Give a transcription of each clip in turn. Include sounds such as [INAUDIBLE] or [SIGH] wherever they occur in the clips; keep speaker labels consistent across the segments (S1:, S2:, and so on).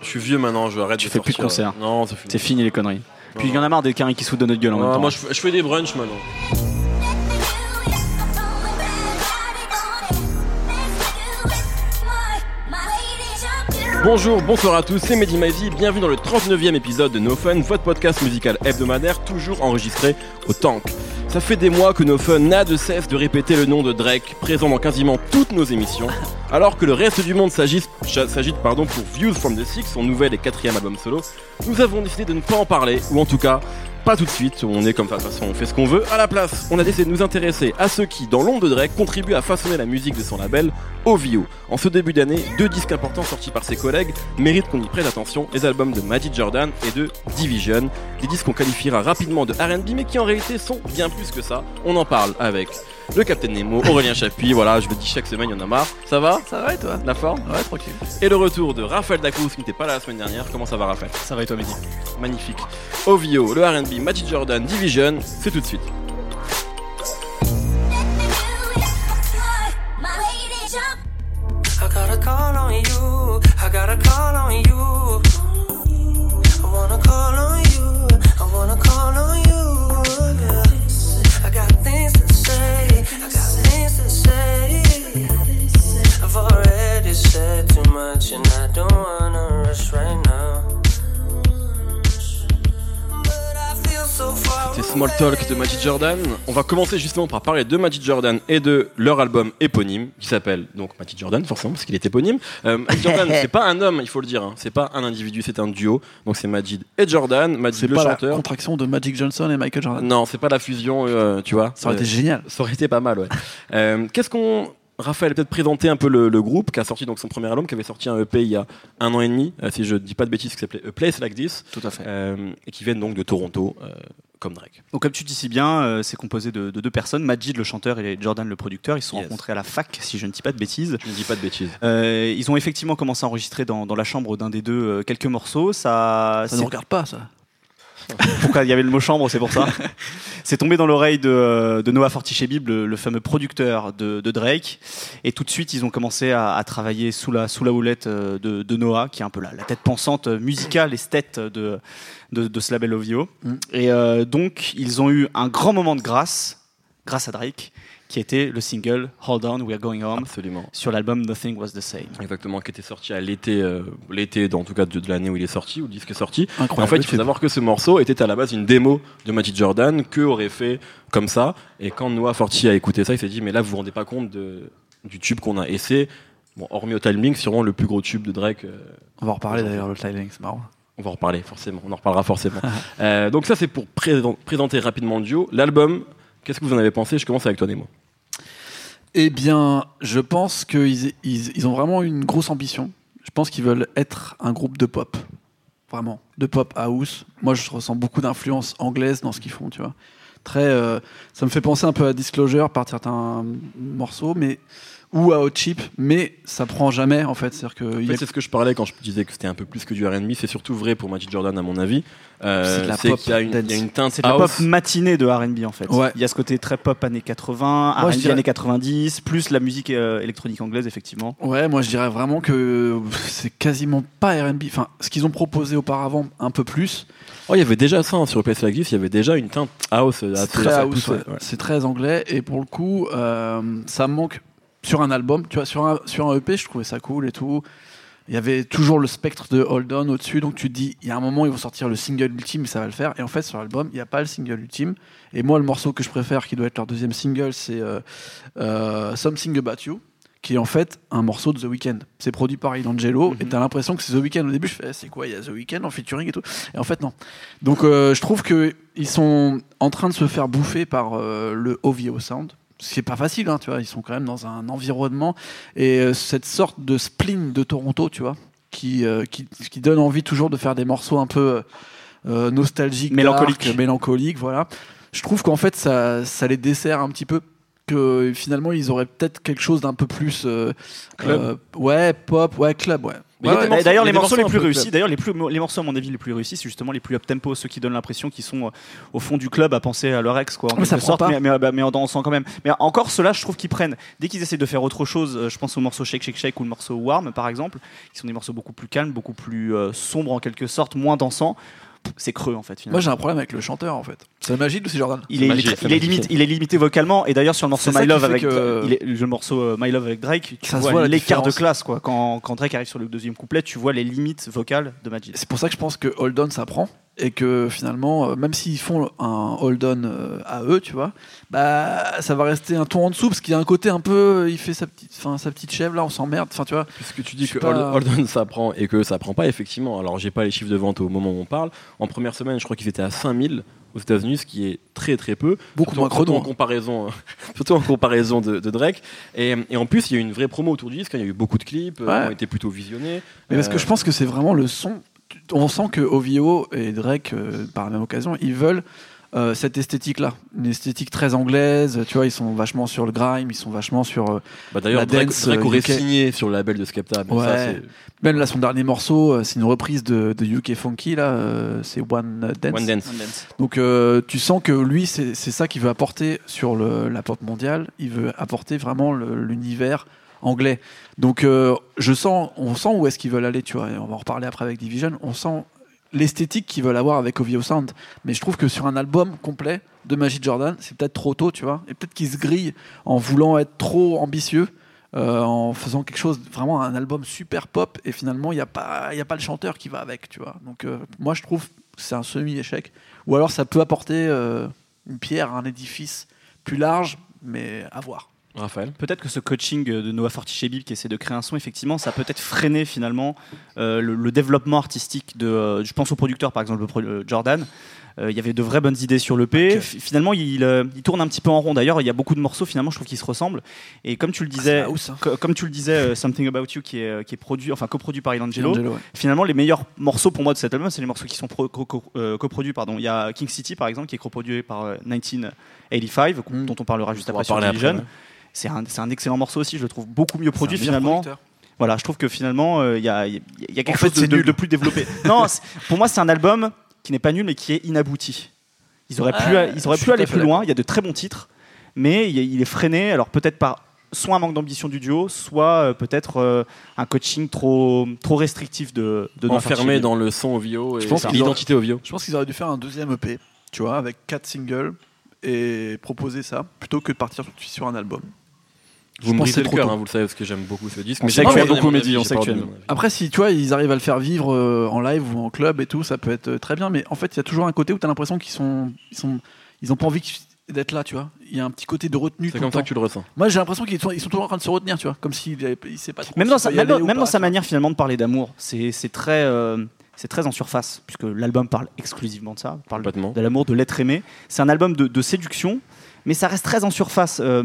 S1: Je suis vieux maintenant, je arrête
S2: Tu
S1: de
S2: fais plus de
S1: sortir.
S2: concerts.
S1: Non, ça fait
S2: C'est fini les conneries. Puis il y en a marre des carrés qui sautent de notre gueule en même temps. hein.
S1: Moi, je, fais- je fais des brunchs maintenant. Bonjour, bonsoir à tous, c'est Mehdi Maizy, bienvenue dans le 39e épisode de No Fun, votre podcast musical hebdomadaire toujours enregistré au Tank. Ça fait des mois que No Fun n'a de cesse de répéter le nom de Drake, présent dans quasiment toutes nos émissions, alors que le reste du monde s'agisse- cha- s'agite pardon, pour Views from the Six, son nouvel et quatrième album solo, nous avons décidé de ne pas en parler, ou en tout cas, pas tout de suite, on est comme ça, de toute façon, on fait ce qu'on veut. À la place, on a décidé de nous intéresser à ceux qui, dans l'ombre de Drake, contribuent à façonner la musique de son label, OVO. En ce début d'année, deux disques importants sortis par ses collègues méritent qu'on y prête attention, les albums de Magic Jordan et de Division, des disques qu'on qualifiera rapidement de R&B, mais qui en réalité sont bien plus que ça. On en parle avec le Captain Nemo, Aurélien Chapuis, voilà, je le dis chaque semaine, il y en a marre. Ça va
S3: Ça va et toi
S1: La forme
S3: Ouais, tranquille.
S1: Et le retour de Raphaël Dacous, qui n'était pas là la semaine dernière. Comment ça va, Raphaël
S2: Ça va et toi, Mehdi
S1: Magnifique. OVO, le RB, Magic Jordan, Division, c'est tout de suite.
S4: I gotta call on you. I gotta call on you. I wanna call on you. I wanna call on you. yeah. I got things to say. I got things to say. I've already said too much, and I don't wanna rush right now. But I feel so far
S1: C'est Small Talk de Magic Jordan. On va commencer justement par parler de Magic Jordan et de leur album éponyme qui s'appelle donc Magic Jordan forcément parce qu'il est éponyme. Euh, Magic Jordan c'est pas un homme, il faut le dire. hein. C'est pas un individu, c'est un duo. Donc c'est Magic et Jordan. Magic
S3: C'est
S1: le
S3: pas la
S1: chanteur.
S3: contraction de Magic Johnson et Michael Jordan.
S1: Non, c'est pas la fusion, euh, tu vois.
S3: Ça aurait été
S1: Euh,
S3: génial.
S1: Ça aurait été pas mal, ouais. [LAUGHS] Euh, Qu'est-ce qu'on. Raphaël, peut-être présenter un peu le, le groupe qui a sorti donc son premier album, qui avait sorti un EP il y a un an et demi, euh, si je dis pas de bêtises, qui s'appelait A Place Like This,
S3: Tout à fait.
S1: euh, et qui viennent donc de Toronto, euh, comme Drake.
S2: Donc, comme tu dis si bien, euh, c'est composé de, de deux personnes, Majid le chanteur et Jordan le producteur. Ils se sont
S1: Yes.
S2: rencontrés à la fac, si je ne dis pas de bêtises.
S1: Je ne dis pas de bêtises.
S2: Euh, ils ont effectivement commencé à enregistrer dans, dans la chambre d'un des deux euh, quelques morceaux. Ça,
S3: Ça
S2: c'est-
S3: ne regarde pas, ça.
S2: Pourquoi il y avait le mot chambre, c'est pour ça. c'est tombé dans l'oreille de, euh, de Noah Fortichebib, le, le fameux producteur de, de Drake. Et tout de suite, ils ont commencé à, à travailler sous la, sous la houlette euh, de, de Noah, qui est un peu la, la tête pensante euh, musicale, esthète de, de, de ce label OVO.
S3: Mm.
S2: Et euh, donc, ils ont eu un grand moment de grâce, grâce à Drake, qui était le single Hold On, We're Going Home,
S1: Absolument.
S2: sur l'album Nothing Was the Same.
S1: Exactement, qui était sorti à l'été, euh, l'été, dans- en tout cas de, de l'année où il est sorti, où le disque est sorti. Et en
S3: Incroyable.
S1: fait, il faut savoir que ce morceau était à la base une démo de Magic Jordan que aurait fait comme ça. Et quand Noah Forti a écouté ça, il s'est dit mais là vous vous rendez pas compte de, du tube qu'on a. Et c'est bon, hormis au timing, sûrement le plus gros tube de Drake. euh,
S3: On va en reparler d'ailleurs, le tiling, c'est marrant.
S1: on va en reparler forcément. On en reparlera forcément. Euh, donc ça c'est pour présent- présenter rapidement le duo, l'album. Qu'est-ce que vous en avez pensé Je commence avec toi Nemo.
S3: Eh bien, je pense qu'ils ils, ils ont vraiment une grosse ambition. Je pense qu'ils veulent être un groupe de pop. Vraiment. De pop house. Moi, je ressens beaucoup d'influence anglaise dans ce qu'ils font, tu vois. Très, euh, ça me fait penser un peu à Disclosure par certains morceaux, mais ou à Hot Chip, mais ça prend jamais en fait. C'est-à-dire que
S1: En
S3: il y
S1: fait,
S3: a-
S1: c'est ce que je parlais quand je disais que c'était un peu plus que du R&B. C'est surtout vrai pour Magic Jordan à mon avis. Euh,
S3: C'est de la
S1: c'est
S3: pop
S1: qu'il y a une, il y a
S3: dance. Ah,
S1: une teinte
S2: C'est de la
S1: house.
S2: pop matinée de R&B en fait.
S3: Ouais.
S2: Il y a ce côté très pop années 80,
S3: Moi, je
S2: R&B
S3: dirais-
S2: années 90, plus la musique euh, électronique anglaise effectivement.
S3: Ouais, moi je dirais vraiment que pff, c'est quasiment pas R&B. Enfin, ce qu'ils ont proposé auparavant, un peu plus.
S1: Oh, il y avait déjà ça hein, sur Place Like This, il y avait déjà une teinte house. euh,
S3: C'est
S1: assez-
S3: très
S1: assez
S3: house,
S1: poussée,
S3: ouais. c'est très anglais. Et pour le coup, euh, ça me manque sur un album. Tu vois, sur un, sur un EP, je trouvais ça cool et tout. Il y avait toujours le spectre de Hold On au-dessus, donc tu te dis, il y a un moment, ils vont sortir le single ultime et ça va le faire. Et en fait, sur l'album, il n'y a pas le single ultime. Et moi, le morceau que je préfère, qui doit être leur deuxième single, c'est euh, euh, Something About You, qui est en fait un morceau de The Weeknd. C'est produit par Angelo, et t'as l'impression que c'est The Weeknd. Au début, je fais, eh, c'est quoi, il y a The Weeknd en featuring et tout. Et en fait, non. Donc, euh, je trouve que ils sont en train de se faire bouffer par euh, le OVO Sound. Ce qui est pas facile, hein, tu vois. Ils sont quand même dans un environnement et euh, cette sorte de spleen de Toronto, tu vois, qui, euh, qui, qui donne envie toujours de faire des morceaux un peu euh, nostalgiques,
S2: Mélancoliques.
S3: dark, mélancoliques, voilà. Je trouve qu'en fait, ça, ça les dessert un petit peu. Que finalement, ils auraient peut-être quelque chose d'un peu plus. euh,
S1: Club.
S3: euh, ouais, pop, ouais, club, ouais.
S1: Mais il y a
S3: Ouais,
S1: des
S3: ouais.
S1: morceaux-
S2: D'ailleurs,
S1: il y a
S2: les
S1: des
S2: morceaux les
S1: un
S2: plus
S1: peu-
S2: réussis, d'ailleurs, les, plus, les morceaux, à mon avis, les plus réussis, c'est justement les plus up-tempo, ceux qui donnent l'impression qu'ils sont euh, au fond du club à penser à leur ex, quoi. En
S3: Ah, Mais ça
S2: quelque
S3: prend
S2: sorte,
S3: pas.
S2: mais, mais- bah, mais en dansant quand même. Mais encore, ceux-là, je trouve qu'ils prennent. Dès qu'ils essaient de faire autre chose, euh, je pense au morceau Shake Shake Shake ou le morceau Warm, par exemple, qui sont des morceaux beaucoup plus calmes, beaucoup plus euh, sombres en quelque sorte, moins dansants. C'est creux, en fait, finalement.
S3: Moi, j'ai un problème avec le chanteur, en fait. C'est Magid ou c'est Jordan
S2: Il est,
S1: Magique,
S2: il est très-
S1: c'est
S2: il est
S1: magnifique.
S2: limite, il est limité vocalement et d'ailleurs sur le morceau
S3: C'est ça
S2: My
S3: qui
S2: Love
S3: fait
S2: avec
S3: que- euh,
S2: il est- le morceau euh, My Love avec Drake, tu
S3: Ça se voit,
S2: vois
S3: la
S2: l'écart de
S3: différence.
S2: classe quoi. Quand, quand Drake arrive sur le deuxième couplet, tu vois les limites vocales de Majid.
S3: C'est pour ça que je pense que Hold On ça prend et que finalement, euh, même s'ils font un Hold On euh, à eux, tu vois, bah ça va rester un ton en dessous parce qu'il y a un côté un peu, euh, il fait sa petite, enfin sa petite chèvre là, on s'emmerde, enfin tu vois.
S1: Puisque tu dis
S3: Je sais
S1: que
S3: pas.
S1: Hold- Hold On ça prend et que ça prend pas, effectivement. Alors, j'ai pas les chiffres de vente au moment où on parle. En première semaine, je crois qu'ils étaient à 5000 aux États-Unis, ce qui est très très peu.
S3: Beaucoup
S1: Surtout-
S3: moins que
S1: surtout
S3: nous,
S1: en
S3: hein.
S1: comparaison, euh, [LAUGHS] surtout en comparaison de, de Drake. Et, et en plus, il y a eu une vraie promo autour du disque. hein. Il y a eu beaucoup de clips euh,
S3: Ouais.
S1: qui ont été plutôt visionnés.
S3: Mais parce
S1: Euh,
S3: que je pense que c'est vraiment le son. Tu- On sent que OVO et Drake, euh, par la même occasion, ils veulent euh, cette esthétique-là. Une esthétique très anglaise, tu vois, ils sont vachement sur le grime, ils sont vachement sur. euh,
S1: Bah, D'ailleurs,
S3: la
S1: Drake,
S3: dance,
S1: Drake
S3: euh,
S1: aurait
S3: UK.
S1: signé sur le label de Skepta. mais
S3: Ouais.
S1: ça, c'est-
S3: Même là, son dernier morceau, euh, c'est une reprise de, de UK Funky, là, euh, c'est One Dance.
S1: One Dance.
S3: Donc euh, tu sens que lui, c'est c'est ça qu'il veut apporter sur le- la pop mondiale. Il veut apporter vraiment le- l'univers anglais. Donc euh, je sens, on sent où est-ce qu'ils veulent aller, tu vois. Et on va en reparler après avec Division. On sent l'esthétique qu'ils veulent avoir avec OVO Sound. Mais je trouve que sur un album complet de Magic Jordan, c'est peut-être trop tôt, tu vois. Et peut-être qu'ils se grillent en voulant être trop ambitieux. euh, en faisant quelque chose vraiment un album super pop et finalement il n'y a pas il y a pas le chanteur qui va avec tu vois donc euh, moi je trouve que c'est un semi échec ou alors ça peut apporter euh, une pierre à un édifice plus large, mais à voir.
S1: Raphaël.
S2: Peut-être que ce coaching euh, de Noah Fortichebib qui essaie de créer un son, effectivement, ça a peut-être freiné finalement euh, le, le développement artistique de. euh, je pense au producteur par exemple, le pro- euh, Jordan. Euh, il y avait de vraies bonnes idées sur le P.
S3: Ok.
S2: Finalement, il, euh, il tourne un petit peu en rond. D'ailleurs, il y a beaucoup de morceaux finalement, je trouve qu'ils se ressemblent. Et comme tu le
S3: C'est
S2: disais,
S3: la hausse, hein.
S2: co- comme tu le disais, euh, Something About You qui est, euh, qui est produit, enfin coproduit par Ilangelo.
S3: Angelo, ouais.
S2: Finalement, les meilleurs morceaux pour moi de cet album, c'est les morceaux qui sont pro- co- co- euh, coproduits. Pardon, il y a King City par exemple qui est coproduit par euh, 1985, qu'on-
S3: Mm.
S2: dont on parlera juste
S1: On va
S2: après sur
S1: parler
S2: Division.
S1: après, ouais.
S2: C'est un, c'est un excellent morceau aussi, je le trouve beaucoup mieux produit
S3: C'est un meilleur
S2: finalement.
S3: producteur.
S2: Voilà, je trouve que finalement, euh, il y, a, il y a- il y a quelque
S3: En fait,
S2: chose de,
S3: c'est
S2: de-
S3: nul.
S2: de plus
S3: [LAUGHS]
S2: développé. non, c'est- pour moi, c'est un album qui n'est pas nul, mais qui est inabouti. Ils auraient pu,
S3: Ouais,
S2: ils auraient
S3: Ah, je suis
S2: pu
S3: tout
S2: aller
S3: à fait
S2: plus loin, il y a de très bons titres, mais il, est- il est freiné, alors peut-être par soit un manque d'ambition du duo, soit euh, peut-être euh, un coaching trop, trop restrictif de, de Noah
S1: Enfermé
S2: Farchibi.
S1: dans le son OVO et
S3: Je pense qu'ils
S1: l'identité OVO.
S3: Je pense qu'ils auraient dû faire un deuxième EP, tu vois, avec quatre singles et proposer ça plutôt que de partir tout de suite sur un album.
S1: Vous me
S3: pense que
S1: brisez
S3: c'est
S1: le
S3: trop
S1: cœur,
S3: tôt.
S1: hein, vous le savez, parce que j'aime beaucoup ce disque.
S2: On
S1: mais j'ai
S2: sait que
S1: pas
S2: tu
S1: aimes
S2: aimes
S1: beaucoup
S2: beaucoup
S1: Mehdi,
S2: Mehdi, on
S1: j'ai
S2: sait
S1: pas
S2: que tu
S1: envie de
S2: aimes.
S1: mon avis.
S3: Après, si tu vois, ils arrivent à le faire vivre euh, en live ou en club et tout, ça peut être euh, très bien. Mais en fait, il y a toujours un côté où tu as l'impression qu'ils sont, ils sont, ils ont pas envie que- d'être là, tu vois. Il y a un petit côté de retenue.
S1: C'est
S3: tout
S1: comme
S3: le
S1: ça
S3: temps.
S1: que tu le ressens.
S3: Moi, j'ai l'impression qu'ils sont, ils sont toujours en train de se retenir, tu vois, comme s'ils ne sait pas trop.
S2: Même
S3: s'il
S2: dans
S3: peut
S2: sa,
S3: y
S2: même
S3: aller
S2: dans-
S3: ou
S2: même
S3: pas,
S2: dans
S3: tu
S2: sa
S3: vois.
S2: manière finalement de parler d'amour, c'est c'est très, euh, c'est très en surface, puisque l'album parle exclusivement de ça, parle de
S1: Complètement.
S2: de l'amour, de l'être aimé. C'est un album de, de séduction, mais ça reste très en surface. Euh,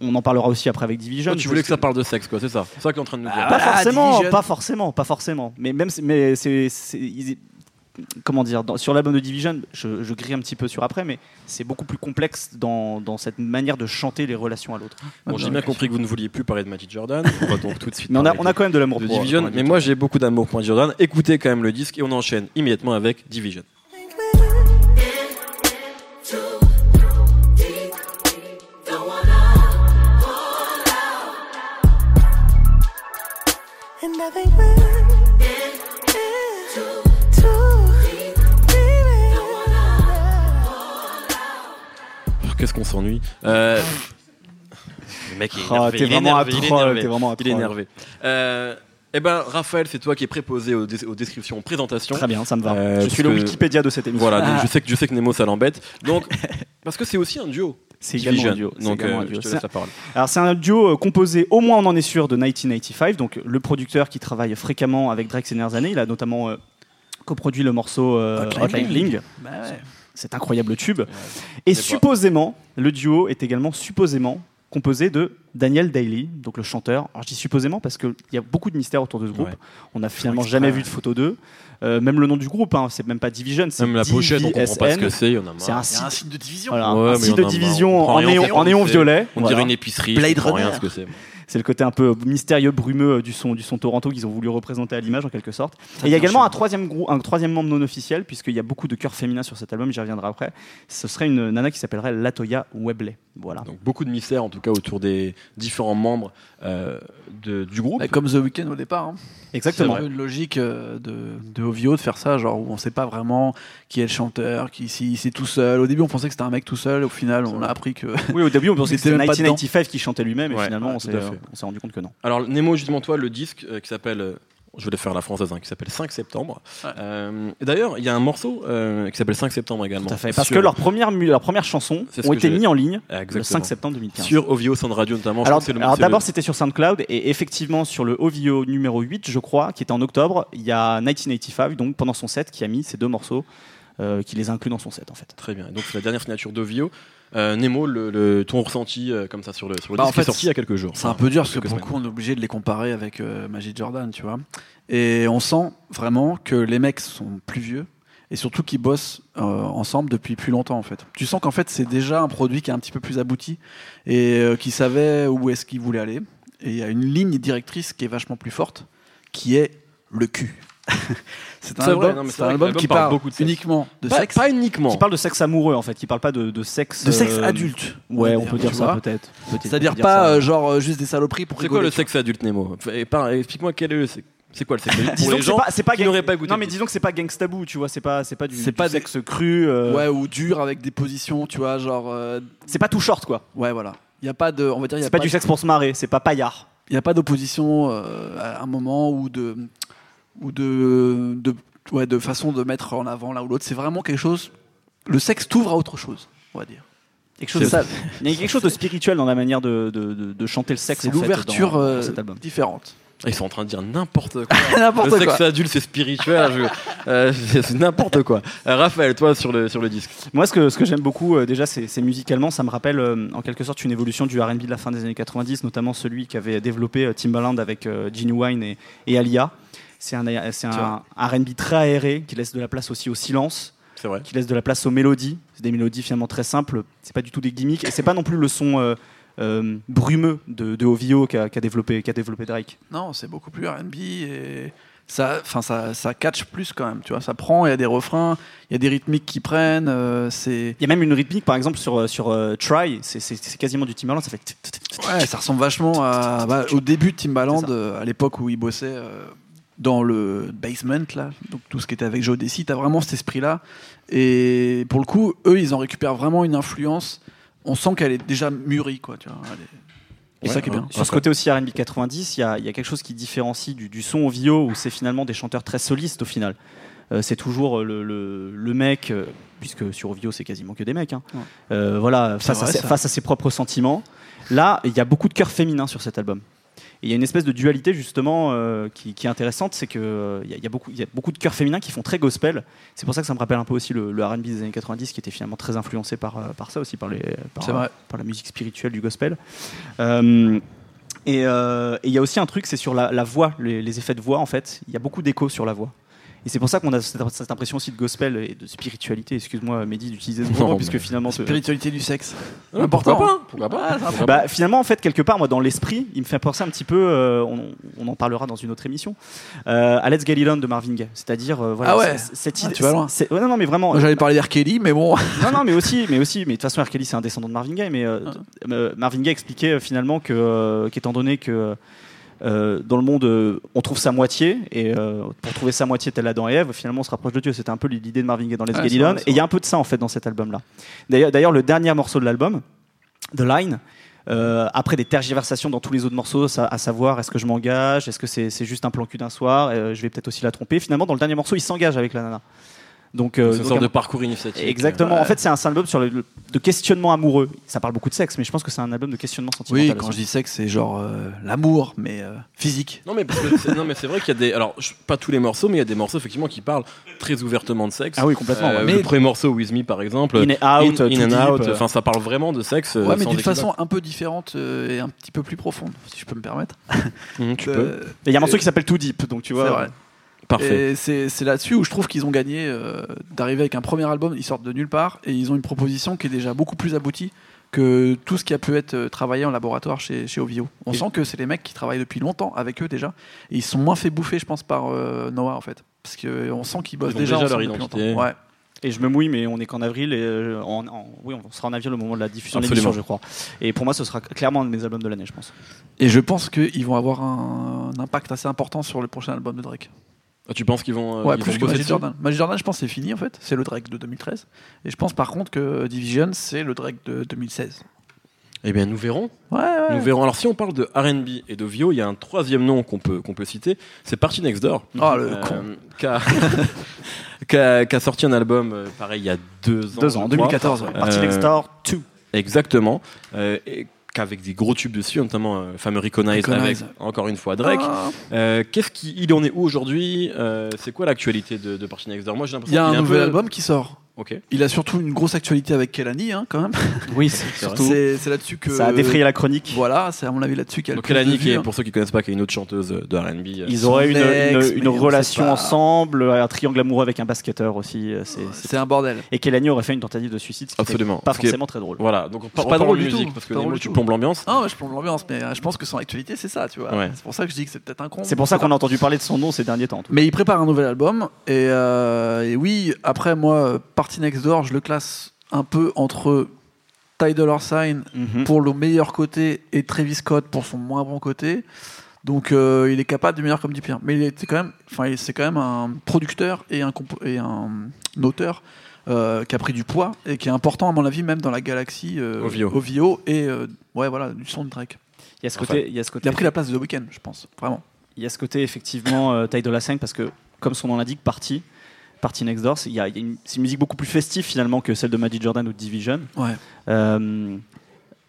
S2: on en parlera aussi après avec Division.
S1: Toi, tu voulais que
S2: parce
S1: ça parle de sexe, quoi, c'est ça. C'est ça que t'es en train de nous dire.
S3: Ah,
S2: Pas
S3: Voilà,
S2: forcément,
S3: Division.
S2: pas forcément, pas forcément. Mais même, c'est- mais c'est, c'est- ils- comment dire, dans- sur l'album de Division, je, je grille un petit peu sur après, mais c'est beaucoup plus complexe dans, dans cette manière de chanter les relations à l'autre.
S1: Bon, j'ai bien compris que vous ne vouliez plus parler de Magic Jordan. [LAUGHS] On va donc tout de suite.
S2: Mais on a,
S1: parler
S2: on a
S1: de-
S2: quand même de l'amour
S1: de
S2: pour
S1: Division.
S2: pour la
S1: mais moi, j'ai beaucoup d'amour pour Magic Jordan. Écoutez quand même le disque et on enchaîne immédiatement avec Division.
S4: And I think we're too, too
S1: Qu'est-ce qu'on s'ennuie Euh, Le mec est énervé.
S2: Ah, t'es
S1: il est
S2: vraiment un
S1: énervé, il est
S2: troll,
S1: énervé.
S2: t'es vraiment un
S1: Il est
S2: troll.
S1: énervé. Euh, Eh ben, Raphaël, c'est toi qui es préposé aux, dé- aux descriptions, aux présentations.
S2: Très bien, ça me va.
S1: Euh,
S2: je
S1: parce
S2: suis le
S1: que-
S2: Wikipédia de cette émission.
S1: Voilà, donc
S3: Ah.
S1: je sais que je sais que Nemo ça l'embête. Donc
S2: [LAUGHS]
S1: parce que c'est aussi un duo.
S2: c'est également
S1: Division.
S2: un duo. c'est
S1: Donc
S2: également
S1: euh,
S2: un duo.
S1: je te
S2: C'est-
S1: laisse la parole.
S2: Alors c'est un duo euh, composé, au moins on en est sûr, de 1985, donc le producteur qui travaille fréquemment avec Drake ces dernières années. Il a notamment euh, coproduit le morceau euh,
S3: Hotline
S2: Hotline
S3: Bling.
S2: Bling,
S3: Bah ouais.
S2: cet incroyable tube. Et
S1: je sais pas.
S2: supposément, le duo est également supposément composé de Daniel Daly, donc le chanteur. Alors je dis supposément parce qu'il y a beaucoup de mystères autour de ce groupe.
S1: Ouais.
S2: On n'a finalement
S3: extrait,
S2: jamais
S3: ouais.
S2: vu de photo d'eux. Euh, même le nom du groupe, hein, c'est même pas Division, c'est
S1: Même la pochette, on comprend pas ce que
S2: DVSN.
S1: c'est, il y en a
S2: C'est
S1: marre.
S2: un
S3: Il y
S2: site,
S3: a un signe de division.
S2: voilà,
S1: Ouais,
S2: un
S1: mais
S2: site
S1: on
S2: de
S1: en a marre, on
S2: division
S1: comprend
S2: en
S1: rien, on
S2: néon,
S1: sait-
S2: en néon
S1: on sait-
S2: violet.
S1: On
S2: Voilà.
S1: dirait une épicerie,
S3: Blade
S1: on comprend rien
S3: Runner.
S1: ce que c'est.
S2: C'est le côté un peu mystérieux, brumeux euh, du son, du son Toronto qu'ils ont voulu représenter à l'image en quelque sorte. Et il y a également un troisième, grou- un troisième membre non officiel, puisqu'il y a beaucoup de chœurs féminins sur cet album, j'y reviendrai après. Ce serait une nana qui s'appellerait Latoya Webley. Voilà.
S1: Donc beaucoup de mystères en tout cas autour des différents membres euh, de- du groupe.
S3: Bah, comme The Weeknd au départ. hein.
S2: Exactement.
S3: C'est un peu une logique euh, de, de OVO de faire ça, genre où on sait pas vraiment qui est le chanteur, qui si c'est tout seul. Au début, on pensait que c'était un mec tout seul. Au final, on a appris que.
S2: Oui, au début, on pensait que
S3: C'était
S2: c'était
S3: même pas
S2: 1995 qui chantait lui-même, et
S1: Ouais,
S2: finalement, on
S1: tout
S2: s'est euh,
S1: à fait.
S2: on s'est rendu compte que non.
S1: Alors Nemo justement toi le disque euh, qui s'appelle euh, je vais le faire à la française hein, qui s'appelle 5 septembre.
S3: Ouais.
S1: Euh, et D'ailleurs il y a un morceau euh, qui s'appelle 5 septembre également.
S2: Parce
S1: Sur-
S2: que leurs premières mu- leurs premières chansons
S1: C'est ce
S2: ont
S1: que
S2: été
S1: j'allais-
S2: mises en ligne le
S1: Exactement.
S2: 5 septembre 2015.
S1: sur OVO Sound Radio notamment. je
S2: Alors,
S1: crois que c'est le-
S2: alors
S1: c'est le-
S2: d'abord c'était sur SoundCloud et effectivement sur le OVO numéro 8 je crois qui était en octobre il y a 1985 donc pendant son set qui a mis ces deux morceaux euh, qui les inclut dans son set en fait.
S1: Très bien. Donc c'est la dernière signature d'OVO. Euh, Nemo, le, le- ton ressenti euh, comme ça sur le, sur le
S3: Bah,
S1: disque
S3: en fait,
S1: est sorti il y a quelques jours.
S3: C'est un peu dur parce que
S1: quelques
S3: pour le coup, on est obligé de les comparer avec euh, Magic Jordan, tu vois. Et on sent vraiment que les mecs sont plus vieux et surtout qu'ils bossent euh, ensemble depuis plus longtemps en fait. Tu sens qu'en fait, c'est déjà un produit qui est un petit peu plus abouti et euh, qui savait où est-ce qu'il voulait aller. Et il y a une ligne directrice qui est vachement plus forte, qui est le cul. [LAUGHS] c'est un,
S1: C'est vrai,
S3: album-
S1: non, mais c'est
S3: c'est un
S1: vrai que
S3: album
S1: l'album
S3: qui
S1: parle
S3: parle
S1: beaucoup de sexe.
S3: uniquement de
S1: pas,
S3: sexe,
S1: pas uniquement.
S2: Qui parle de sexe amoureux en fait, qui parle pas de, de sexe
S3: de sexe
S2: euh,
S3: adulte.
S2: Ouais, on peut
S3: tu
S2: dire ça
S3: vois.
S2: peut-être. Peut-être, on
S3: C'est-à-dire
S2: peut
S3: pas
S2: ça.
S3: euh, genre euh, juste des saloperies pour
S1: C'est quoi le
S3: rigoler,
S1: sexe adulte Nemo Et par- Explique-moi quel est le sexe- c'est quoi le sexe adulte pour
S2: [LAUGHS] Disons
S1: les
S2: que c'est
S1: gens
S2: pas, c'est pas
S1: qui
S2: gang-
S1: n'auraient pas écouté
S2: Non
S1: le
S2: mais
S1: disque.
S2: disons que c'est pas gangstabou, tu vois, c'est pas c'est pas du,
S3: C'est
S2: du
S3: pas des-
S2: sexe cru, euh,
S3: Ouais, ou dur avec des positions, tu vois, genre. euh,
S2: c'est pas tout short quoi.
S3: ouais, voilà. Il n'y a pas de. On va dire, il n'y a,
S2: C'est pas,
S3: pas
S2: du
S3: de-
S2: sexe pour se marrer, c'est pas paillard.
S3: y a pas d'opposition euh, à un moment ou de. Ou de, de. Ouais, de façon de mettre en avant l'un ou l'autre. C'est vraiment quelque chose. Le sexe t'ouvre à autre chose, on va dire.
S2: Quelque chose de
S1: C'est-
S2: ça. [LAUGHS] Il y a quelque chose de spirituel dans la manière de, de- de- de chanter le sexe.
S3: C'est
S2: en fait, dans-
S3: l'ouverture
S2: dans
S3: euh,
S2: cet album. [LAUGHS]
S3: différente.
S1: Ils sont en train de dire n'importe quoi.
S3: N'importe
S1: le
S3: quoi.
S1: sexe adulte, c'est spirituel. je- euh, [LAUGHS] c'est c'est n'importe quoi. Euh, Raphaël, toi, sur le, sur le disque.
S2: Moi, ce que, ce que j'aime beaucoup, euh, déjà, c'est c'est musicalement, ça me rappelle euh, en quelque sorte une évolution du RB de la fin des années 90, notamment celui qu'avait développé euh, Timbaland avec euh, Ginny Wine et, et Alia. C'est un, euh, c'est un RB très aéré qui laisse de la place aussi au silence,
S1: C'est vrai.
S2: qui laisse de la place aux mélodies. C'est des mélodies finalement très simples, c'est pas du tout des gimmicks, et c'est pas non plus le son euh, euh, brumeux de, de Ovio qu'a qu'a développé, qu'a développé Drake.
S3: Non, c'est beaucoup plus R&B et ça, enfin ça, ça catch plus quand même. Tu vois, ça prend. Il y a des refrains, il y a des rythmiques qui prennent. euh, c'est
S2: Il y a même une rythmique, par exemple, sur, euh, sur euh, Try, c'est- c'est c'est quasiment du Timbaland, ça fait. tut, tut, tut,
S3: Ouais, ça ressemble vachement à, bah, au début de Timbaland,
S2: C'est ça.
S3: euh, à l'époque où il bossait euh, dans le basement, là, donc tout ce qui était avec Joe Desi, t'as vraiment cet esprit-là. Et pour le coup, eux, ils en récupèrent vraiment une influence. On sent qu'elle est déjà mûrie, quoi, tu vois. elle est- C'est
S1: Ouais,
S3: ça qui est bien.
S2: Sur ce côté aussi R&B 90, il y, a- il y a quelque chose qui différencie du, du son au VO où c'est finalement des chanteurs très solistes au final. Euh, c'est toujours euh, le, le- le mec, euh, puisque sur VO c'est quasiment que des mecs, hein.
S3: Ouais.
S2: Euh, voilà,
S3: C'est
S2: face, à
S3: vrai,
S2: ses,
S3: ça.
S2: face à ses propres sentiments. Là, il y a beaucoup de cœurs féminins sur cet album. Et il y a une espèce de dualité justement euh, qui, qui est intéressante, c'est qu'il y, a- il y a beaucoup il y a beaucoup de chœurs féminins qui font très gospel. C'est pour ça que ça me rappelle un peu aussi le, le RB des années 90 qui était finalement très influencé par, euh, par ça aussi, par, les, par,
S3: C'est vrai.
S2: par la musique spirituelle du gospel. Euh, et euh, et il y a aussi un truc, c'est sur la, la voix, les, les effets de voix en fait. Il y a beaucoup d'écho sur la voix. Et c'est pour ça qu'on a cette, cette impression aussi de gospel et de spiritualité. Excuse-moi, Mehdi, d'utiliser ce mot,
S1: Non,
S2: puisque
S1: mais-
S2: finalement. ce-
S3: Spiritualité du sexe.
S1: Ah,
S3: Important.
S1: Pourquoi pas Pourquoi pas Pourquoi pas
S2: bah, finalement, en fait, quelque part, moi, dans l'esprit, il me fait penser un petit peu, euh, on, on en parlera dans une autre émission, euh, à Let's Get It On de Marvin Gaye. C'est-à-dire, euh, voilà,
S3: Ah ouais.
S2: c- cette
S3: Ah,
S2: idée.
S3: tu vas loin.
S2: c'est- ouais, non, non, mais vraiment.
S3: Moi, J'allais parler d'R. Kelly, mais bon.
S2: [LAUGHS] non, non, mais aussi, mais aussi, mais de toute façon, R. Kelly, c'est un descendant de Marvin Gaye, mais euh,
S3: Ah.
S2: euh, Marvin Gaye expliquait euh, finalement que, euh, qu'étant donné que euh, dans le monde, euh, on trouve sa moitié, et euh, pour trouver sa moitié telle Adam et Ève, finalement, on se rapproche de Dieu. C'était un peu l'idée de Marvin Gaye dans Les
S3: Ouais,
S2: Get
S3: c'est
S2: It
S3: vrai,
S2: On,
S3: c'est
S2: et il y a un peu de ça en fait dans cet album-là. D'ailleurs, d'ailleurs, le dernier morceau de l'album, The Line. euh, après des tergiversations dans tous les autres morceaux, ça- à savoir est-ce que je m'engage, est-ce que c'est c'est juste un plan cul d'un soir, euh, je vais peut-être aussi la tromper. Finalement, dans le dernier morceau, il s'engage avec la nana. Donc, euh,
S1: C'est une
S2: donc,
S1: sorte
S2: à-
S1: de parcours initiatique.
S2: Exactement. En fait, c'est un c'est un album sur le, le- de questionnement amoureux. Ça parle beaucoup de sexe, mais je pense que c'est un album de questionnement sentimental.
S3: [LAUGHS] Oui, quand je dis sexe, c'est genre euh, l'amour, mais euh, physique.
S1: Non mais, parce que c'est- non, mais c'est vrai qu'il y a des... Alors, je- pas tous les morceaux, mais il y a des morceaux, effectivement, qui parlent très ouvertement de sexe.
S2: Ah oui, complètement.
S1: Euh,
S2: ouais.
S1: Le premier morceau, With Me, par exemple.
S2: In and out,
S1: in,
S2: Too
S1: and
S2: Deep,
S1: out.
S2: euh,
S1: Enfin, ça parle vraiment de sexe. euh,
S3: Ouais, mais
S1: sans
S3: d'une
S1: équivoque.
S3: façon un peu différente euh, et un petit peu plus profonde, si je peux me permettre.
S1: Mmh, tu
S3: Euh,
S1: peux.
S2: Il y a un morceau qui s'appelle Too Deep, donc tu
S3: c'est
S2: vois.
S3: vrai.
S1: Parfait.
S3: Et c'est c'est là-dessus où je trouve qu'ils ont gagné euh, d'arriver avec un premier album, ils sortent de nulle part et ils ont une proposition qui est déjà beaucoup plus aboutie que tout ce qui a pu être euh, travaillé en laboratoire chez, chez Ovio. On
S1: Et-
S3: sent que c'est les mecs qui travaillent depuis longtemps avec eux déjà et ils se sont moins fait bouffer, je pense, par euh, Noah en fait. Parce qu'on sent qu'ils bossent
S1: Ils ont
S3: déjà,
S1: déjà leur
S3: ensemble depuis
S1: identité.
S3: longtemps. Ouais.
S2: Et je me mouille, mais on est qu'en avril. Et euh, en- en- oui, on sera en avril au moment de la diffusion de
S1: Absolument.
S2: l'émission, je crois. Et pour moi, ce sera clairement un de mes albums de l'année, je pense.
S3: Et je pense qu'ils vont avoir un, un impact assez important sur le prochain album de Drake.
S1: Ah, Tu penses qu'ils vont... euh,
S3: ouais,
S1: ils
S3: plus
S1: vont
S3: que
S1: bosser
S3: Magic
S1: dessus
S3: Jordan. Magic Jordan, je pense, c'est fini en fait. C'est le Drake de 2013. Et je pense par contre que Division, c'est le Drake de 2016.
S1: Eh bien, nous verrons.
S3: Ouais, ouais.
S1: Nous verrons. Alors, si on parle de R&B et de Vio, il y a un troisième nom qu'on peut, qu'on peut citer. C'est Party Next Door.
S3: Oh le
S1: euh,
S3: con.
S1: Qui [LAUGHS] a, qui a- qui a sorti un album, euh, pareil, il y a deux ans.
S2: Deux ans,
S1: je crois.
S2: 2014. Ouais. Party
S1: Euh,
S2: Next Door 2.
S1: Exactement. Euh, et qu'avec des gros tubes dessus, notamment euh, le fameux Recognize,
S3: Recognize.
S1: avec, encore une fois, Drake.
S3: Ah,
S1: Euh, Qu'est-ce qu'il en est où aujourd'hui Euh, C'est quoi l'actualité de, de Party Next Door Moi, j'ai
S3: Il y
S1: l'impression
S3: a
S1: qu'il
S3: un
S1: est
S3: nouvel
S1: peu-
S3: album qui sort.
S1: Ok.
S3: Il a surtout une grosse actualité avec Kelani, hein, quand même.
S2: Oui, c'est
S1: vrai.
S2: surtout.
S3: C'est c'est là-dessus que.
S2: Ça a défrayé la chronique.
S3: Voilà, c'est à mon avis là-dessus qu'elle.
S1: Donc, Kelani, qui
S3: hein.
S1: est, pour ceux qui connaissent pas, qui est une autre chanteuse de R&B. euh,
S2: Ils auraient une,
S3: Son ex,
S2: une, une
S3: mais on sait
S2: relation
S3: pas.
S2: ensemble, un triangle amoureux avec un basketteur aussi. euh, c'est- c'est-
S3: C'est un bordel.
S2: Et Kelani aurait fait une tentative de suicide, ce qui était
S1: Absolument.
S2: pas
S1: Parce que-
S2: forcément très drôle.
S1: Voilà, donc on parle
S3: pas
S1: pas de
S3: drôle du
S1: musique,
S3: tout,
S1: parce que
S3: pas drôle
S1: Nemo,
S3: du
S1: tu
S3: tout.
S1: plombes l'ambiance.
S3: Ah, ouais, je plombe l'ambiance, mais euh, je pense que son actualité, c'est ça, tu vois.
S1: Ouais.
S3: C'est pour ça que je dis que c'est peut-être un con.
S2: C'est pour ça qu'on a entendu parler de son nom ces derniers temps. en tout cas.
S3: Mais il prépare un nouvel album. Et, euh, et oui, après, moi, euh, Party Next Door, je le classe un peu entre Ty Dolla Sign
S2: Mhm.
S3: pour le meilleur côté et Travis Scott pour son moins bon côté. Donc euh, il est capable du meilleur comme du pire. Mais il était quand même, enfin il- c'est quand même un producteur et un, compo- et un auteur euh, qui a pris du poids et qui est important à mon avis même dans la galaxie euh,
S1: OVO.
S3: et euh, ouais voilà du son de Drake.
S2: Il y a ce côté, il y a ce
S3: Il
S2: côté,
S3: a pris la place de The Weeknd, je pense vraiment.
S2: il y a ce côté effectivement euh, taille de la 5 parce que comme son nom l'indique, party, party next door, c'est il y a- il y a une- c'est une musique beaucoup plus festive finalement que celle de Magic Jordan ou de Division.
S3: Ouais.
S2: Euh,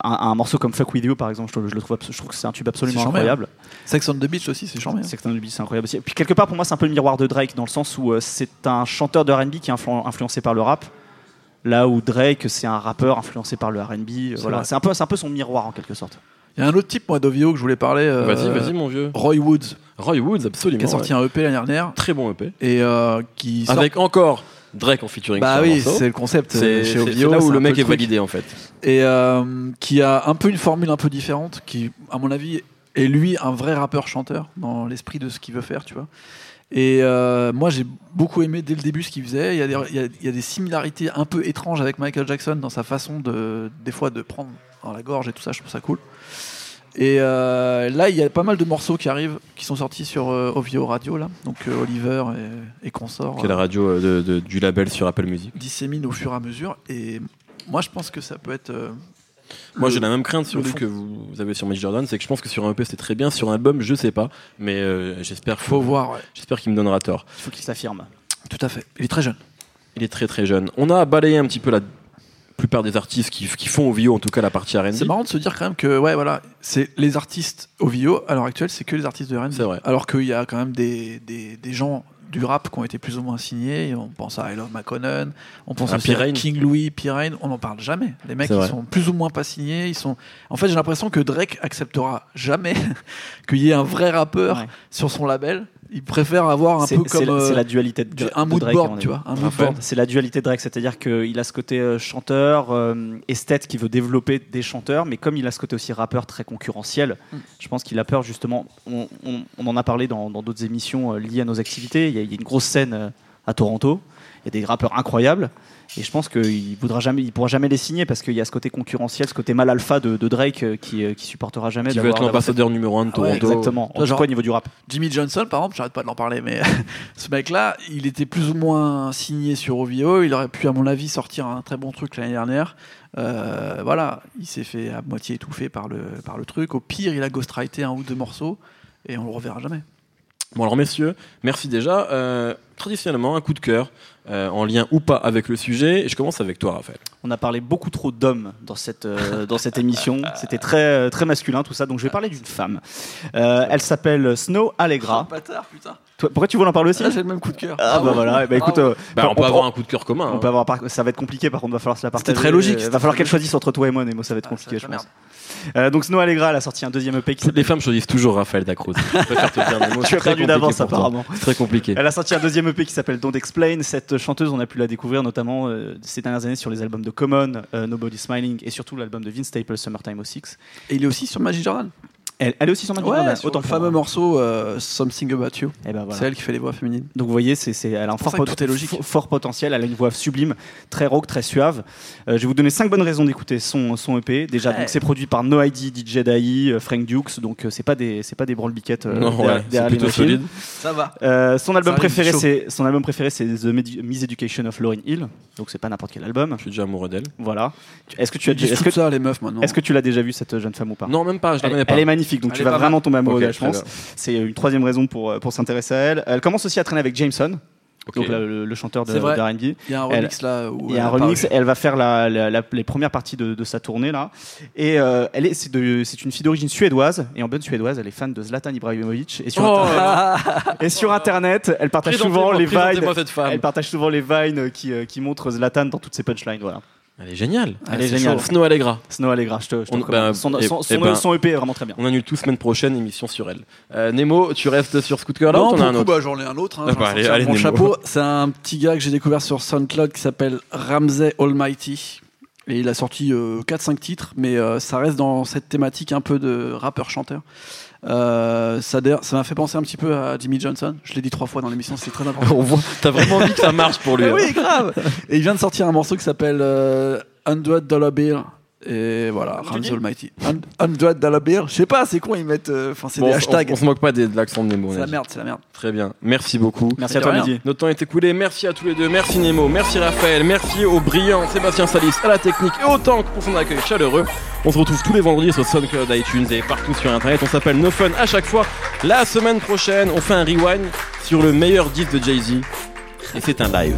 S2: un, un morceau comme Fuck With You par exemple, je, je le trouve, abs- je trouve que c'est un tube absolument
S3: C'est charmé,
S2: incroyable.
S3: Sex on the Beach aussi c'est charmé. hein.
S2: C'est un c'est incroyable aussi. Et puis quelque part pour moi c'est un peu le miroir de Drake dans le sens où euh, c'est un chanteur de R&B qui est influ- influencé par le rap. Là où Drake, c'est un rappeur influencé par le R&B, euh,
S3: C'est
S2: voilà,
S3: vrai.
S2: c'est un peu, c'est un peu son miroir en quelque sorte.
S3: Il y a un autre type moi d'OVO que je voulais parler. euh,
S1: Vas-y, vas-y, mon vieux.
S3: Roy Woods
S1: Roy Woods, absolument.
S3: qui a sorti un EP l'année dernière
S1: ouais. Très bon E EP.
S3: et euh, qui sort.
S1: Avec encore Drake en featuring.
S3: bah
S1: sur un
S3: oui,
S1: morceau.
S3: c'est le concept. euh,
S1: c'est
S3: chez
S1: c'est- c'est
S3: OVO,
S1: là où
S3: c'est
S1: le
S3: un
S1: mec
S3: peu
S1: est
S3: truc.
S1: validé en fait.
S3: et euh, qui a un peu une formule un peu différente, qui, à mon avis, est lui un vrai rappeur-chanteur dans l'esprit de ce qu'il veut faire, tu vois. Et euh, moi, j'ai beaucoup aimé dès le début ce qu'il faisait. Il y, a des, il, y a, il y a des similarités un peu étranges avec Michael Jackson dans sa façon de, des fois, de prendre dans la gorge et tout ça. Je trouve ça cool. Et euh, là, il y a pas mal de morceaux qui arrivent, qui sont sortis sur euh, OVO Radio, là. Donc euh, Oliver et, et consorts.
S1: Qui est la radio euh, de- de- du label sur Apple Music.
S3: disséminent au fur et à mesure. Et moi, je pense que ça peut être. euh,
S1: Moi
S3: le-
S1: j'ai la même crainte sur
S3: le
S1: vous
S3: fond.
S1: que vous vous avez sur Magic Jordan, c'est que je pense que sur un EP c'était très bien, sur un album je sais pas, mais euh, j'espère que-
S3: Faut voir, ouais.
S1: j'espère qu'il me donnera tort.
S2: Il faut qu'il s'affirme.
S3: Tout à fait. Il est très jeune.
S1: Il est très très jeune. On a balayé un petit peu la plupart des artistes qui, qui font au VO, en tout cas la partie R&B.
S3: C'est marrant de se dire quand même que ouais voilà, c'est les artistes au VO à l'heure actuelle, c'est que les artistes de R&B.
S1: C'est vrai.
S3: Alors qu'il y a quand même des, des, des gens du rap qui ont été plus ou moins signés. On pense à I Love McConnen, on
S2: Ah,
S3: pense
S1: À
S3: aussi à
S1: Pirine.
S3: King Louis, Pirine. On n'en parle jamais. Les mecs
S1: C'est
S3: ils
S1: vrai.
S3: sont plus ou moins pas signés. Ils sont. En fait, j'ai l'impression que Drake acceptera jamais [LAUGHS] qu'il y ait un vrai rappeur
S2: Ouais.
S3: sur son label. Il préfère avoir un
S2: C'est
S3: peu
S2: c'est
S3: comme
S2: la, c'est
S3: euh,
S2: la dualité de, de
S3: un mood
S2: Drake, à mon
S3: board,
S2: avis.
S3: tu vois, un mood
S1: Raphaël.
S3: board.
S2: C'est la dualité de Drake, c'est-à-dire qu'il a ce côté euh, chanteur, euh, esthète qui veut développer des chanteurs, mais comme il a ce côté aussi rappeur très concurrentiel,
S3: Mm.
S2: je pense qu'il a peur justement. On, on- on en a parlé dans dans d'autres émissions euh, liées à nos activités. Il y, a, il y a une grosse scène euh, à Toronto. Il y a des rappeurs incroyables, et je pense qu'il voudra jamais, il pourra jamais les signer parce qu'il y a ce côté concurrentiel, ce côté mal alpha de, de Drake euh, qui, euh, qui supportera jamais.
S1: qui veut
S2: d'avoir-
S1: être
S2: d'avoir cette-
S1: l'ambassadeur numéro 1 de
S3: Ah ouais,
S1: Toronto.
S2: Exactement. En
S3: Genre-
S2: tout cas, au niveau du rap.
S3: Jimmy Johnson, par exemple, j'arrête pas de l'en parler, mais [LAUGHS] ce mec-là, il était plus ou moins signé sur OVO. Il aurait pu, à mon avis, sortir un très bon truc l'année dernière. Euh, voilà, il s'est fait à moitié étouffer par le, par le truc. Au pire, il a ghostwrité un ou deux morceaux et on le reverra jamais.
S1: Bon alors messieurs, merci déjà. Euh, traditionnellement, un coup de cœur euh, en lien ou pas avec le sujet. Et je commence avec toi, Raphaël.
S2: On a parlé beaucoup trop d'hommes dans cette, euh, dans cette émission. C'était très, euh, très masculin tout ça, donc je vais parler d'une femme. Euh, elle s'appelle Snow Allegra.
S3: Oh, Bâtard, putain.
S2: Toi- pourquoi tu voulais en parler aussi
S3: Là, j'ai le même coup de cœur.
S2: Ah bah voilà, Eh bah, écoute, euh,
S1: Bah, on, peut
S2: on-
S1: avoir un coup de cœur commun.
S2: on
S1: hein.
S2: peut avoir par- ça va être compliqué par contre, va falloir se la
S3: C'était
S2: partager.
S3: très logique,
S2: Euh,
S3: c'était
S2: Va falloir
S3: très
S2: qu'elle
S3: logique.
S2: choisisse entre toi et moi, Nemo, ça
S1: Ah,
S2: va être compliqué
S3: Ah,
S2: je pense. Euh, donc Snow Allegra, elle a sorti un deuxième EP qui
S1: Toutes les femmes choisissent toujours Raphaël Dacruz. Je préfère te le dire, Nemo, c'est
S2: [LAUGHS] Tu
S1: très
S2: as perdu
S1: compliqué
S2: d'avance
S1: pour toi.
S2: apparemment.
S1: C'est très compliqué.
S2: Elle a sorti un deuxième EP qui s'appelle Don't Explain. Cette chanteuse, on a pu la découvrir notamment euh, ces dernières années sur les albums de Common, euh, Nobody Smiling et surtout l'album de Vince Staples, Summertime 06.
S3: Et il est aussi sur Magic Jordan.
S2: Elle, elle est aussi sur Magic Jordan,
S3: sur
S2: autant
S3: le
S2: pour
S3: fameux
S2: moi.
S3: morceau euh, Something About You.
S2: Eh ben voilà.
S3: C'est elle qui fait les voix féminines.
S2: Donc vous voyez, c'est, c'est- elle a un
S3: pour
S2: fort,
S3: ça que
S2: pot-
S3: tout est logique.
S2: fo- fort potentiel, elle a une voix sublime, très rauque, très suave. Euh, je vais vous donner cinq bonnes raisons d'écouter son, son EP. Déjà, donc,
S3: Ouais.
S2: c'est produit par No ID, DJ Dai, euh, Frank Dukes, donc euh, c'est pas des, c'est pas des branle-biquettes euh,
S1: non,
S2: derrière-
S1: ouais, c'est
S2: derrière les
S1: plutôt
S2: machines.
S1: solide.
S3: Ça va.
S2: Euh, son album
S3: Ça arrive
S2: préféré,
S3: chaud.
S2: c'est son album préféré, c'est The Medi- Miseducation of Lauryn Hill. Donc c'est pas n'importe quel album.
S1: Je suis déjà amoureux d'elle.
S2: Voilà. Tu- Est-ce que tu as
S3: Tu dis
S2: déjà- est-ce
S3: tout
S2: que,
S3: ça, les meufs, maintenant.
S2: est-ce que tu l'as déjà vu cette jeune femme ou pas
S1: Non, même pas, je la
S2: elle,
S1: connais pas.
S2: elle est magnifique, donc
S3: Elle
S2: tu
S3: est
S2: vas
S3: pas
S2: vraiment tomber amoureux
S1: Ok,
S2: d'elle, je
S1: très
S2: pense.
S1: bien.
S2: C'est une troisième raison pour, euh, pour s'intéresser à elle. Elle commence aussi à traîner avec Jameson,
S1: Ok.
S2: donc euh, le, le- le chanteur de,
S3: C'est vrai.
S2: de R&B.
S3: Il y a un
S2: Elle-
S3: remix là où.
S2: Il y a
S3: elle
S2: un
S3: a
S2: remix,
S3: paru.
S2: elle va faire la- la- la- les premières parties de, de sa tournée là. Et euh, elle est, c'est, de- c'est une fille d'origine suédoise, et en bonne suédoise, elle est fan de Zlatan Ibrahimovic. Et sur,
S1: Oh,
S2: Internet- et sur internet, elle partage souvent les vibes.
S1: moi cette femme.
S2: Elle partage souvent les vines qui, euh, qui montrent Zlatan dans toutes ses punchlines. Voilà.
S1: Elle est géniale.
S3: Ah,
S2: elle est
S3: c'est
S2: géniale.
S3: chaud.
S1: Snow Allegra.
S2: Snow Allegra, je te, je te
S1: On-
S2: recommande.
S1: ben,
S2: son,
S1: et-
S2: son-
S1: et
S2: son-
S1: ben-
S2: son EP est vraiment très bien.
S1: On annule tout semaine prochaine émission sur elle. Euh, Nemo, tu restes sur ce coup de cœur là ou
S3: non,
S1: t'en as
S3: pour le
S1: un
S3: coup,
S1: autre
S3: bah, j'en ai un autre. hein,
S1: Ah
S3: j'en ai
S1: bah,
S3: sorti
S1: allez,
S3: un
S1: allez,
S3: bon
S1: Nemo.
S3: chapeau. C'est un petit gars que j'ai découvert sur SoundCloud qui s'appelle Ramsey Almighty. Et il a sorti 4-5 titres, mais euh, ça reste dans cette thématique un peu de rappeur-chanteur. Euh, ça d'ailleurs- ça m'a fait penser un petit peu à Jimmy Johnson. Je l'ai dit trois fois dans l'émission, c'est
S1: [LAUGHS]
S3: très important.
S1: On voit, t'as vraiment envie que ça marche pour lui.
S3: Mais
S1: hein.
S3: bah, [LAUGHS] oui, grave Et il vient de sortir un morceau qui s'appelle euh, 100 Dollar Bill. Et voilà, Ramsey Almighty. 100 Dollar Bill. Je sais pas, c'est con, ils mettent. euh, Enfin, c'est
S1: Bon,
S3: des
S1: on-
S3: hashtags.
S1: On, se moque pas des- de l'accent de Nemo. on
S3: C'est
S1: a
S3: la
S1: dit.
S3: merde, c'est la merde.
S1: Très bien. Merci beaucoup.
S2: Merci à
S3: de
S2: toi,
S3: rien.
S2: Mehdi.
S1: Notre temps est écoulé. Merci à tous les deux. Merci Nemo. Merci Raphaël. Merci au brillant Sébastien Salis à la technique et au tank pour son accueil chaleureux. On se retrouve tous les vendredis sur SoundCloud, iTunes et partout sur Internet. On s'appelle No Fun à chaque fois. La semaine prochaine, on fait un rewind sur le meilleur disque de Jay-Z. Et c'est un live.